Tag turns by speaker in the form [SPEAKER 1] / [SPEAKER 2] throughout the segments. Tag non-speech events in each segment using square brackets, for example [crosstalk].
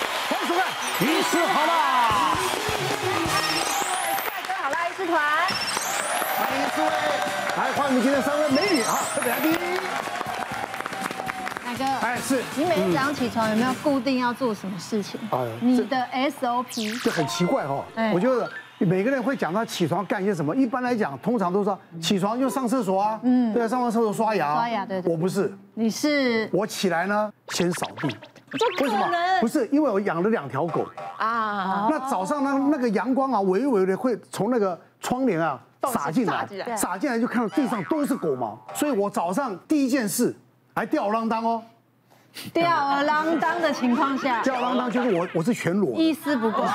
[SPEAKER 1] 收看一次好啦！
[SPEAKER 2] 帅哥好啦，一师团，
[SPEAKER 1] 欢迎四位，来欢迎我们今天三位美女啊，特别来宾。
[SPEAKER 3] 奶哥，
[SPEAKER 1] 哎，是，
[SPEAKER 3] 你每天早上起床有没有固定要做什么事情
[SPEAKER 1] 哎呦？
[SPEAKER 3] 你
[SPEAKER 1] 这
[SPEAKER 3] 的 SOP
[SPEAKER 1] 这很奇怪哈、
[SPEAKER 3] 哎
[SPEAKER 1] 我觉得每个人会讲他起床干些什么，一般来讲，通常都是起床就上厕所啊，嗯，对啊，上完厕所刷牙，
[SPEAKER 3] 刷牙对对
[SPEAKER 1] 我不是，
[SPEAKER 3] 你是
[SPEAKER 1] 我起来呢先扫地，
[SPEAKER 2] 这
[SPEAKER 1] 为什么？不是，因为我养了两条狗，
[SPEAKER 4] 哦
[SPEAKER 2] 啊？
[SPEAKER 1] 那早上呢，那个阳光啊，微微的会从那个窗帘啊
[SPEAKER 2] 洞
[SPEAKER 1] 洒进
[SPEAKER 2] 洒
[SPEAKER 1] 来
[SPEAKER 2] 进，来
[SPEAKER 1] 洒进来就看到地上都是狗毛，所以我早上第一件事还吊儿郎当哦，
[SPEAKER 3] 吊儿郎当的情况下，
[SPEAKER 1] 吊儿郎当就是我我是全裸的，
[SPEAKER 3] 一丝不挂。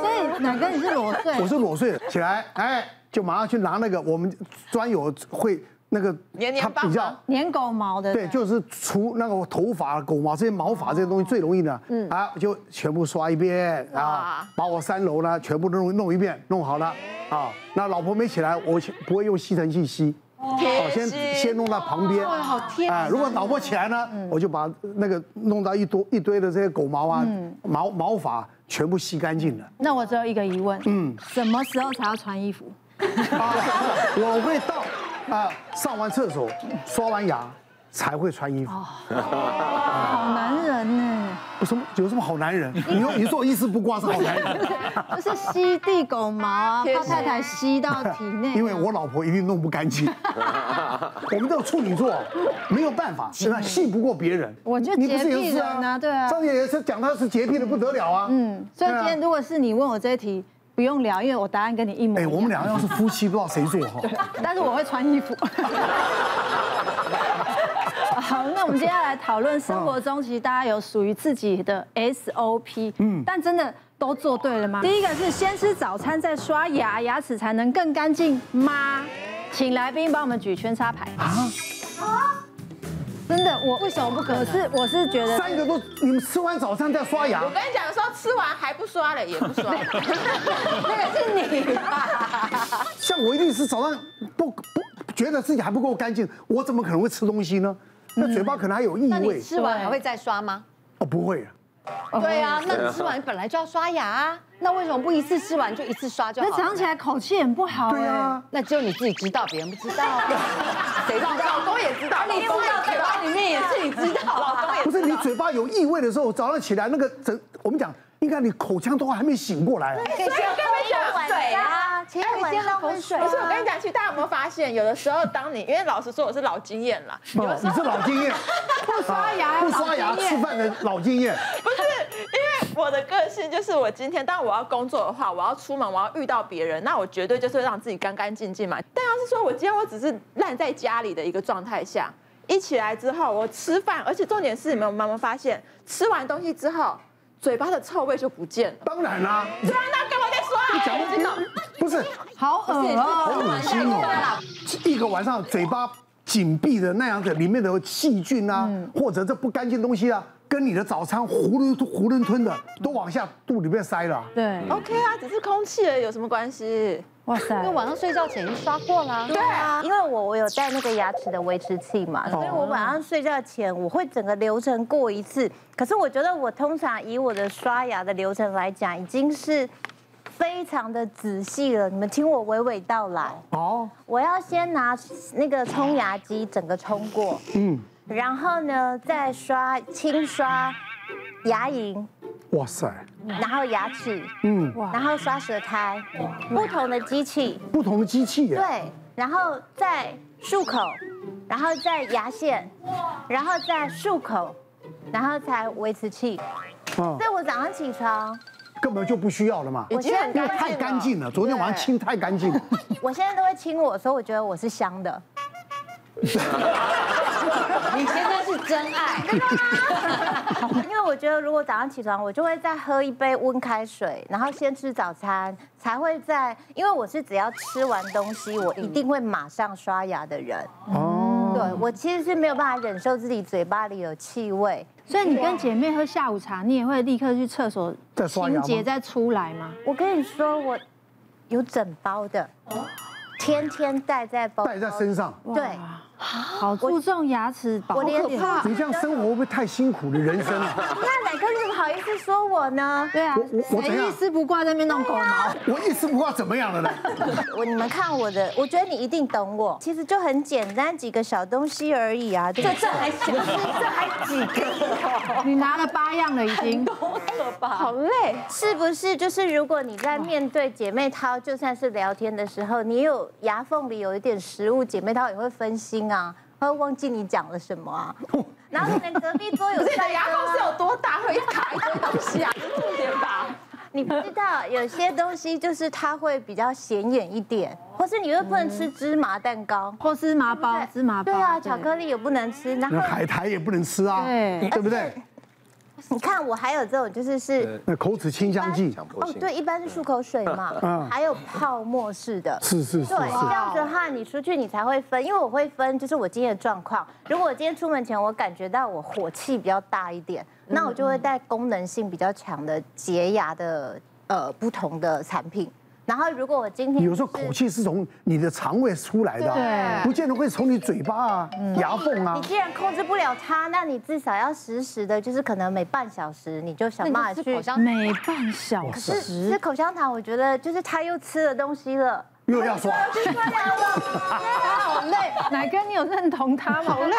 [SPEAKER 3] 所以奶哥你是裸睡
[SPEAKER 1] 哎我，是裸睡的起来，哎，就马上去拿那个我们专有会那个
[SPEAKER 2] 黏黏
[SPEAKER 1] 它
[SPEAKER 2] 棒
[SPEAKER 1] 比较
[SPEAKER 2] 吗
[SPEAKER 3] 粘狗毛的。
[SPEAKER 1] 对，就是除那个头发、狗毛这些毛发这些东西最容易的，嗯啊，就全部刷一遍啊
[SPEAKER 2] 哇，
[SPEAKER 1] 把我三楼呢全部都弄弄一遍，弄好了啊。那老婆没起来，我去不会用吸尘器吸，哦
[SPEAKER 2] 贴
[SPEAKER 1] 先先弄到旁边，
[SPEAKER 2] 哇好贴嗯
[SPEAKER 1] 啊。如果老婆起来呢，我就把那个弄到一多一堆的这些狗毛啊、
[SPEAKER 2] 嗯
[SPEAKER 1] 毛毛发全部吸干净了。
[SPEAKER 3] 那我只有一个疑问，嗯，什么时候才要穿衣服？
[SPEAKER 2] [laughs]
[SPEAKER 1] 啊，我会到啊、上完厕所、刷完牙才会穿衣服。
[SPEAKER 3] 好男
[SPEAKER 1] [laughs]
[SPEAKER 3] 人呢，
[SPEAKER 1] 有什么有什么好男
[SPEAKER 3] [laughs]
[SPEAKER 1] 人？你说你说我一丝不挂是好男人，
[SPEAKER 3] 就是吸地狗毛啊，
[SPEAKER 2] 贴
[SPEAKER 3] 怕
[SPEAKER 2] 心
[SPEAKER 3] 太太吸到体内。啊
[SPEAKER 1] 因为我老婆一定弄不干
[SPEAKER 3] [laughs]
[SPEAKER 1] 净。我们这种处女座没有办法，是吧？戏不过别人。
[SPEAKER 3] 我就
[SPEAKER 1] 你不是
[SPEAKER 3] 洁癖
[SPEAKER 1] 也是
[SPEAKER 3] 人啊对啊
[SPEAKER 1] 上次也是讲他是洁癖的不得了啊。嗯
[SPEAKER 3] 嗯，，所以今天如果是你问我这一题，不用聊，因为我答案跟你一模一
[SPEAKER 1] 哎，
[SPEAKER 3] 样。
[SPEAKER 1] 我们俩要是夫妻，不知道谁最
[SPEAKER 3] [laughs]
[SPEAKER 1] 好。
[SPEAKER 3] 但是我会穿衣服。 [laughs] 好，那我们接下来讨论生活中，其实大家有属于自己的 SOP，嗯，但真的都做对了吗？第一个是先吃早餐再刷牙，牙齿才能更干净吗？请来宾帮我们举圈插牌。
[SPEAKER 1] 啊，
[SPEAKER 3] 真的，我为什么不可？我是我是觉得
[SPEAKER 1] 三个都你们吃完早餐再刷牙
[SPEAKER 2] 我，跟你讲，有时候吃完还不刷了，也不刷了，
[SPEAKER 3] 那个是你吧？
[SPEAKER 1] 像我一定是早上不不觉得自己还不够干净，我怎么可能会吃东西呢？
[SPEAKER 3] 嗯
[SPEAKER 1] 那嘴巴可能还有异
[SPEAKER 4] [laughs] 那你
[SPEAKER 1] 味。
[SPEAKER 4] 吃完还会再刷吗？
[SPEAKER 1] 哦，不会啊，
[SPEAKER 3] 哦
[SPEAKER 4] 对啊，那你吃完本来就要刷牙啊，那为什么不一次吃完就一次刷就好
[SPEAKER 3] 那
[SPEAKER 4] 了？
[SPEAKER 3] 早上起来口气很不好
[SPEAKER 1] 对
[SPEAKER 3] 哎。
[SPEAKER 1] 啊，
[SPEAKER 4] 那只有你自己知道，别人不知道啊， [laughs] 谁知
[SPEAKER 2] 老
[SPEAKER 4] 道？
[SPEAKER 2] 公也知道，老公也
[SPEAKER 4] 知道
[SPEAKER 2] 知
[SPEAKER 4] 嘴
[SPEAKER 2] 道
[SPEAKER 4] 巴里面也是你知道
[SPEAKER 2] 老公
[SPEAKER 4] 啊。
[SPEAKER 2] 也
[SPEAKER 1] 不是你嘴巴有异味的时候，早上起来那个整，我们讲应该你口腔都还没醒过来啊。
[SPEAKER 5] 可以先喝口水啊，
[SPEAKER 4] 哎
[SPEAKER 5] 请你先喝口水啊。
[SPEAKER 2] 不是，我跟你讲，其实大家有没有发现，有的时候当你，因为老实说我是老经验 [laughs] 了，有
[SPEAKER 1] 哦
[SPEAKER 2] 的时
[SPEAKER 1] 你是
[SPEAKER 2] 候
[SPEAKER 1] 老经验，不
[SPEAKER 3] 刷牙
[SPEAKER 1] 不刷牙
[SPEAKER 3] 老经验
[SPEAKER 1] 吃饭的老经验，
[SPEAKER 2] 不是，因为我的个性就是我今天，当我要工作的话，我要出门，我要遇到别人，那我绝对就是让自己干干净净嘛。但要是说我今天我只是烂在家里的一个状态下，一起来之后我吃饭，而且重点是你们有没有发现，吃完东西之后，嘴巴的臭味就不见了。
[SPEAKER 1] 当然啦、
[SPEAKER 2] 对啊，那干嘛再说啊？
[SPEAKER 1] 讲不是
[SPEAKER 3] 欸好恶
[SPEAKER 1] 好
[SPEAKER 3] 哦、
[SPEAKER 1] 恶心哦，一个晚上嘴巴紧闭的那样子，里面的细菌啊，或者这不干净东西啊，跟你的早餐囫囵囫囵吞的都往下肚里面塞了啊。
[SPEAKER 3] 对，
[SPEAKER 2] OK 啊，只是空气而已，有什么关系？
[SPEAKER 3] 哇塞
[SPEAKER 4] 因为晚上睡觉前已经刷过啦。
[SPEAKER 2] 对啊，
[SPEAKER 5] 因为我我有带那个牙齿的维持器嘛，
[SPEAKER 1] 哦
[SPEAKER 5] 所以我晚上睡觉前我会整个流程过一次。可是我觉得我通常以我的刷牙的流程来讲，已经是非常的仔细了。你们听我娓娓道来。
[SPEAKER 1] 哦，
[SPEAKER 5] 我要先拿那个冲牙机整个冲过，
[SPEAKER 1] 嗯，
[SPEAKER 5] 然后呢再刷轻刷牙龈，
[SPEAKER 1] 哇塞，
[SPEAKER 5] 然后牙齿，
[SPEAKER 1] 嗯，
[SPEAKER 5] 然后刷舌苔，不同的机器，
[SPEAKER 1] 不同的机器耶，
[SPEAKER 5] 对，然后再漱口，然后再牙线，然后再漱口，然后才维持器。
[SPEAKER 1] 啊
[SPEAKER 5] 所，以我早上起床，
[SPEAKER 1] 根本就不需要了嘛，
[SPEAKER 2] 已经很
[SPEAKER 1] 因为
[SPEAKER 2] 干净
[SPEAKER 1] 太
[SPEAKER 2] 了
[SPEAKER 1] 干净了，昨天晚上清太干净了，
[SPEAKER 5] 我现在都会亲我，所以我觉得我是香的。
[SPEAKER 4] 你现在是真爱，
[SPEAKER 5] 因为我觉得，如果早上起床，我就会再喝一杯温开水，然后先吃早餐，才会在。因为我是只要吃完东西，我一定会马上刷牙的人。
[SPEAKER 1] 哦，
[SPEAKER 5] 对我其实是没有办法忍受自己嘴巴里有气味。
[SPEAKER 3] 所以你跟姐妹喝下午茶，你也会立刻去厕所
[SPEAKER 1] 再刷牙
[SPEAKER 3] 清
[SPEAKER 1] 吗
[SPEAKER 3] 洁再出来吗？
[SPEAKER 5] 我跟你说，我有整包的，天天带在包，
[SPEAKER 1] 带在身上。
[SPEAKER 5] 对。
[SPEAKER 3] 好注重牙齿保
[SPEAKER 5] 我连
[SPEAKER 3] 护。
[SPEAKER 2] 怕
[SPEAKER 1] 你这样生活会不会太辛苦了？人生啊，
[SPEAKER 5] [laughs] 那奶哥你怎么好意意思说我呢？
[SPEAKER 3] 对啊
[SPEAKER 1] 我我，我怎
[SPEAKER 3] 谁
[SPEAKER 1] 样
[SPEAKER 3] 一丝不挂在那边弄狗毛？
[SPEAKER 1] 我一丝不挂怎么样了呢？
[SPEAKER 5] 我你们看我的，我觉得你一定懂我。其实就很简单几个小东西而已啊，这这还小，这还几个、
[SPEAKER 3] 你拿了八样了已
[SPEAKER 5] [laughs]
[SPEAKER 3] 经，
[SPEAKER 2] 好累。
[SPEAKER 5] 是不是？就是如果你在面对姐妹淘，就算是聊天的时候，你有牙缝里有一点食物，姐妹淘也会分心啊，会忘记你讲了什么啊。然后可能隔壁桌有
[SPEAKER 2] 你的
[SPEAKER 5] 帅
[SPEAKER 2] 牙
[SPEAKER 5] 哥
[SPEAKER 2] 缝
[SPEAKER 5] 啊
[SPEAKER 2] 是有多大，会卡一堆东西啊？这是重点吧。
[SPEAKER 5] 你不知道有些东西就是它会比较显眼一点，或是你又不能吃芝麻蛋糕，
[SPEAKER 3] 或芝麻包，芝麻包。
[SPEAKER 5] 对啊，巧克力也不能吃。然后
[SPEAKER 1] 那海苔也不能吃啊，
[SPEAKER 3] 对
[SPEAKER 1] 对不对？
[SPEAKER 5] 你看我还有这种就是是
[SPEAKER 6] 对
[SPEAKER 1] 那口齿清香剂，
[SPEAKER 6] 强迫
[SPEAKER 5] 哦
[SPEAKER 6] 性。
[SPEAKER 5] 对，一般是漱口水嘛
[SPEAKER 1] 嗯，
[SPEAKER 5] 还有泡沫式的。
[SPEAKER 1] 是是是
[SPEAKER 5] 对，这
[SPEAKER 1] 是，
[SPEAKER 5] 样子的话，你出去你才会分，因为我会分，就是我今天的状况。如果我今天出门前我感觉到我火气比较大一点，
[SPEAKER 1] 嗯
[SPEAKER 5] 那我就会带功能性比较强的洁牙的呃不同的产品。然后如果我今天
[SPEAKER 1] 有时候
[SPEAKER 5] 是
[SPEAKER 1] 口气是从你的肠胃出来的啊，
[SPEAKER 3] 对
[SPEAKER 1] 不见得会从你嘴巴啊、牙缝啊
[SPEAKER 5] 你。既然控制不了它，那你至少要时时的，就是可能每半小时你就想办
[SPEAKER 4] 那
[SPEAKER 5] 法
[SPEAKER 4] 你就吃
[SPEAKER 5] 去
[SPEAKER 4] 口。香糖，
[SPEAKER 3] 每半小
[SPEAKER 5] 是
[SPEAKER 3] 时
[SPEAKER 5] 吃。口香糖，我觉得就是他又吃了东西了，
[SPEAKER 1] 又要刷，
[SPEAKER 3] 好累，奶哥，你有认同他吗？好累，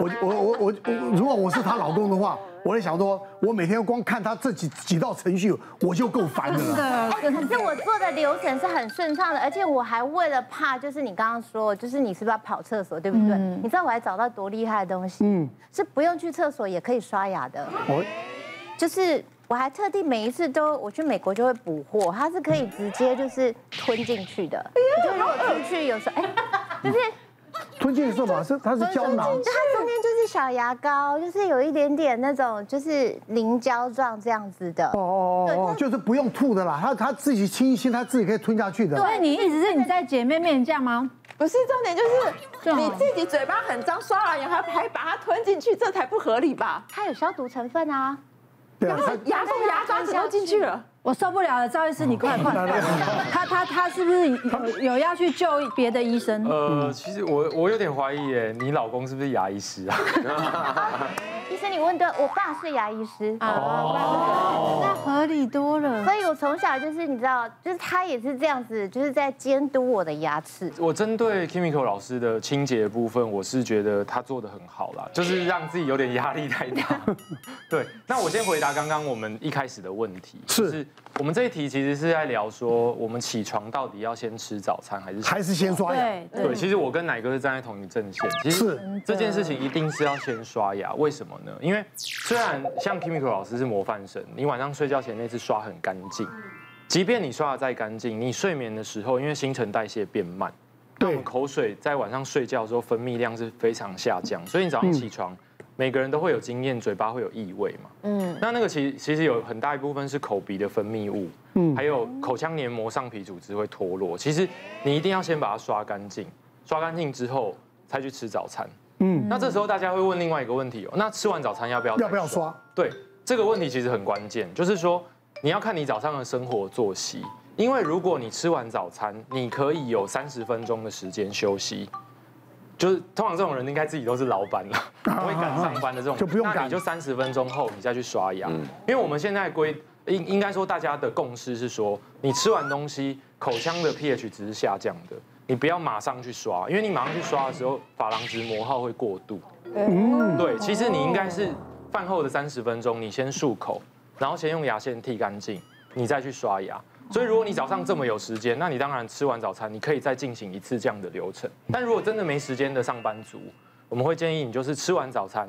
[SPEAKER 1] 我我我我我，如果我是她老公的话，我在想说，我每天光看她这几几道程序，我就够烦的了。
[SPEAKER 5] 可是我做的流程是很顺畅的，而且我还为了怕，就是你刚刚说，就是你是不是要跑厕所，对不对？
[SPEAKER 1] 嗯
[SPEAKER 5] 你知道我还找到多厉害的东西，嗯，是不用去厕所也可以刷牙的，
[SPEAKER 1] 我
[SPEAKER 5] 就是我还特地每一次都，我去美国就会补货，它是可以直接就是吞进去
[SPEAKER 1] 哎
[SPEAKER 5] 的，就是如果出去有
[SPEAKER 1] [laughs]
[SPEAKER 5] 时候，哎，就是。
[SPEAKER 1] 吞进去做嘛，是它是胶囊，
[SPEAKER 5] 它中间就是小牙膏，就是有一点点那种就是凝胶状这样子的。
[SPEAKER 1] 哦哦哦，就是不用吐的啦，它它自己清一清，它自己可以吞下去的。
[SPEAKER 3] 所以你一直是你在姐妹面前这样吗？
[SPEAKER 2] 不是重点，就是
[SPEAKER 3] 对
[SPEAKER 2] 你自己嘴巴很脏，刷完牙还还把它吞进去，这才不合理吧？
[SPEAKER 5] 它有消毒成分啊，
[SPEAKER 1] 对啊，它
[SPEAKER 2] 牙缝、牙刷子都进去了，
[SPEAKER 3] 我受不了了，赵医师，
[SPEAKER 1] [laughs]
[SPEAKER 3] 你快快！他他他是不是有有要去救别的医生？
[SPEAKER 1] 嗯
[SPEAKER 7] 呃，其实我我有点怀疑耶，你老公是不是牙医师啊？ [laughs]
[SPEAKER 5] 医生你问对，我爸是牙医师，
[SPEAKER 1] 哦
[SPEAKER 3] 那合理多了。
[SPEAKER 5] 所以我从小就是你知道，就是他也是这样子，就是在监督我的牙齿。
[SPEAKER 7] 我针对 Kimiko 老师的清洁的部分，我是觉得他做的很好啦，就是让自己有点压力太
[SPEAKER 1] [laughs]
[SPEAKER 7] 大。对，那我先回答刚刚我们一开始的问题，
[SPEAKER 1] 是
[SPEAKER 7] 就我们这一题其实是在聊说，我们起床到底要先吃早餐还是
[SPEAKER 1] 还是先刷牙。
[SPEAKER 3] 对
[SPEAKER 7] 对，其实我跟奶哥是站在同一阵线。其实
[SPEAKER 1] 是
[SPEAKER 7] 这件事情一定是要先刷牙，为什么呢？因为虽然像 Kimiko 老师是模范生，你晚上睡觉前那次刷很干净，即便你刷的再干净，你睡眠的时候因为新陈代谢变慢，那我们
[SPEAKER 1] 对，
[SPEAKER 7] 口水在晚上睡觉的时候分泌量是非常下降，所以你早上起床，每个人都会有经验，嘴巴会有异味嘛。嗯，那那个其其实有很大一部分是口鼻的分泌物，嗯，还有口腔黏膜上皮组织会脱落。其实你一定要先把它刷干净，刷干净之后才去吃早餐。嗯，那这时候大家会问另外一个问题哦，那吃完早餐要不要再
[SPEAKER 1] 要不要刷？
[SPEAKER 7] 对，这个问题其实很关键，就是说你要看你早上的生活作息，因为如果你吃完早餐，你可以有三十分钟的时间休息。就是通常这种人应该自己都是老板了，
[SPEAKER 1] 啊
[SPEAKER 7] 不会赶上班的这种，
[SPEAKER 1] 就不用赶
[SPEAKER 7] 那你就三十分钟后你再去刷牙，因为我们现在规应应该说大家的共识是说，你吃完东西口腔的 pH 值是下降的，你不要马上去刷，因为你马上去刷的时候珐琅质磨耗会过度，对，其实你应该是饭后的三十分钟，你先漱口，然后先用牙线剃干净，你再去刷牙。所以如果你早上这么有时间，那你当然吃完早餐，你可以再进行一次这样的流程。但如果真的没时间的上班族，我们会建议你就是吃完早餐，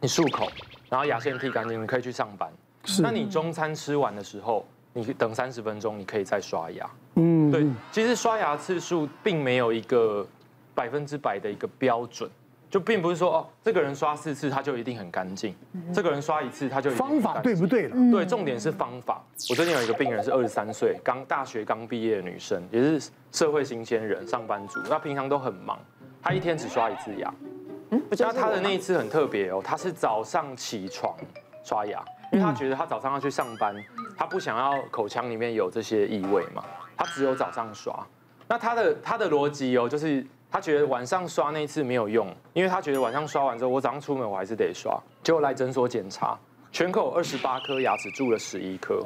[SPEAKER 7] 你漱口，然后牙线剃干净，你可以去上班。是，那你中餐吃完的时候，你等三十分钟，你可以再刷牙。嗯，对，其实刷牙次数并没有一个百分之百的一个标准，就并不是说哦，这个人刷四次他就一定很干净，这个人刷一次他就一定很
[SPEAKER 1] 方
[SPEAKER 7] 干
[SPEAKER 1] 法
[SPEAKER 7] 净
[SPEAKER 1] 对不对了？
[SPEAKER 7] 对，重点是方法。我最近有一个病人是二十三岁，刚大学刚毕业的女生，也是社会新鲜人，上班族。那平常都很忙，她一天只刷一次牙。嗯，那她的那一次很特别哦，她是早上起床刷牙，因为她觉得她早上要去上班，她不想要口腔里面有这些异味嘛，她只有早上刷。那她的她的逻辑哦，就是她觉得晚上刷那一次没有用，因为她觉得晚上刷完之后，我早上出门我还是得刷，结果来诊所检查。全口二十八颗牙齿蛀了十一颗，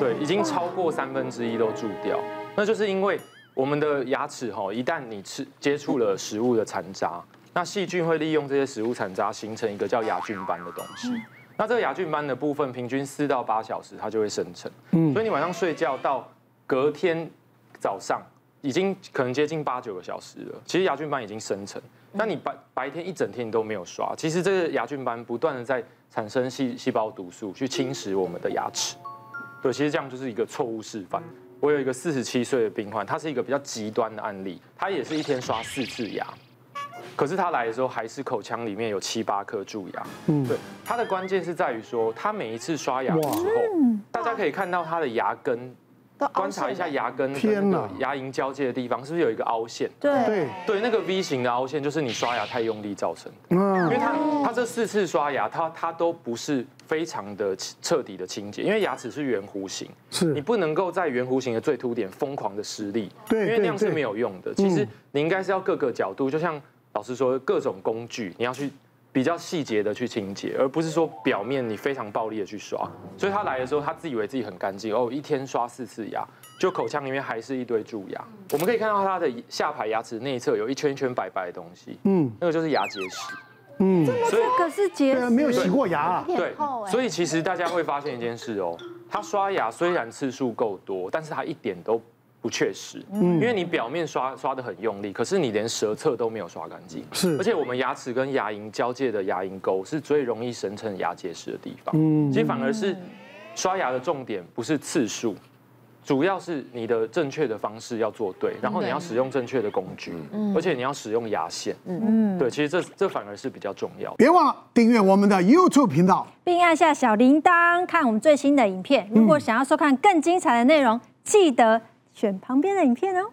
[SPEAKER 7] 对，已经超过三分之一都蛀掉。那就是因为我们的牙齿哈，一旦你吃接触了食物的残渣，那细菌会利用这些食物残渣形成一个叫牙菌斑的东西。那这个牙菌斑的部分，平均四到八小时它就会生成。所以你晚上睡觉到隔天早上，已经可能接近八九个小时了，其实牙菌斑已经生成。那你白白天一整天你都没有刷，其实这个牙菌斑不断的在产生细细胞毒素，去侵蚀我们的牙齿。对，其实这样就是一个错误示范。我有一个四十七岁的病患，他是一个比较极端的案例，他也是一天刷四次牙，可是他来的时候还是口腔里面有七八颗蛀牙。嗯，对，他的关键是在于说，他每一次刷牙的时候，大家可以看到他的牙根，观察一下牙根
[SPEAKER 1] 天
[SPEAKER 7] 跟那
[SPEAKER 1] 哪
[SPEAKER 7] 个牙龈交界的地方是不是有一个凹陷？
[SPEAKER 3] 对，
[SPEAKER 1] 对，
[SPEAKER 7] 对，那个 V 型的凹陷就是你刷牙太用力造成的。因为
[SPEAKER 1] 嗯，
[SPEAKER 7] 他他这四次刷牙，他他都不是非常的彻底的清洁，因为牙齿是圆弧形，
[SPEAKER 1] 是
[SPEAKER 7] 你不能够在圆弧形的最凸点疯狂的施力，
[SPEAKER 1] 对
[SPEAKER 7] 因为
[SPEAKER 1] 对
[SPEAKER 7] 那样是
[SPEAKER 1] 对嗯
[SPEAKER 7] 没有用的。其实你应该是要各个角度，就像老师说，各种工具你要去比较细节的去清洁，而不是说表面你非常暴力的去刷。所以他来的时候，他自以为自己很干净，哦，一天刷四次牙，就口腔里面还是一堆蛀牙。我们可以看到他的下排牙齿内侧有一圈一圈白白的东西，嗯，那个就是牙结石。
[SPEAKER 1] 嗯，
[SPEAKER 7] 所以
[SPEAKER 3] 这个是结
[SPEAKER 1] 对啊，
[SPEAKER 3] 石，
[SPEAKER 1] 没有洗过牙啊，
[SPEAKER 7] 对，所以其实大家会发现一件事哦，他刷牙虽然次数够多，但是他一点都不确实，因为你表面刷刷的很用力，可是你连舌侧都没有刷干净，
[SPEAKER 1] 是
[SPEAKER 7] 而且我们牙齿跟牙龈交界的牙龈沟是最容易生成牙结石的地方，嗯，其实反而是刷牙的重点不是次数。主要是你的正确的方式要做对，然后你要使用正确的工具，而且你要使用牙线，嗯，对，其实这这反而是比较重要的。
[SPEAKER 1] 别忘了订阅我们的 YouTube 频道。
[SPEAKER 3] 并按下小铃铛看我
[SPEAKER 1] 嗯
[SPEAKER 3] 们最新的影片。如果想要收看更精彩的内容，记得选旁边的影片哦。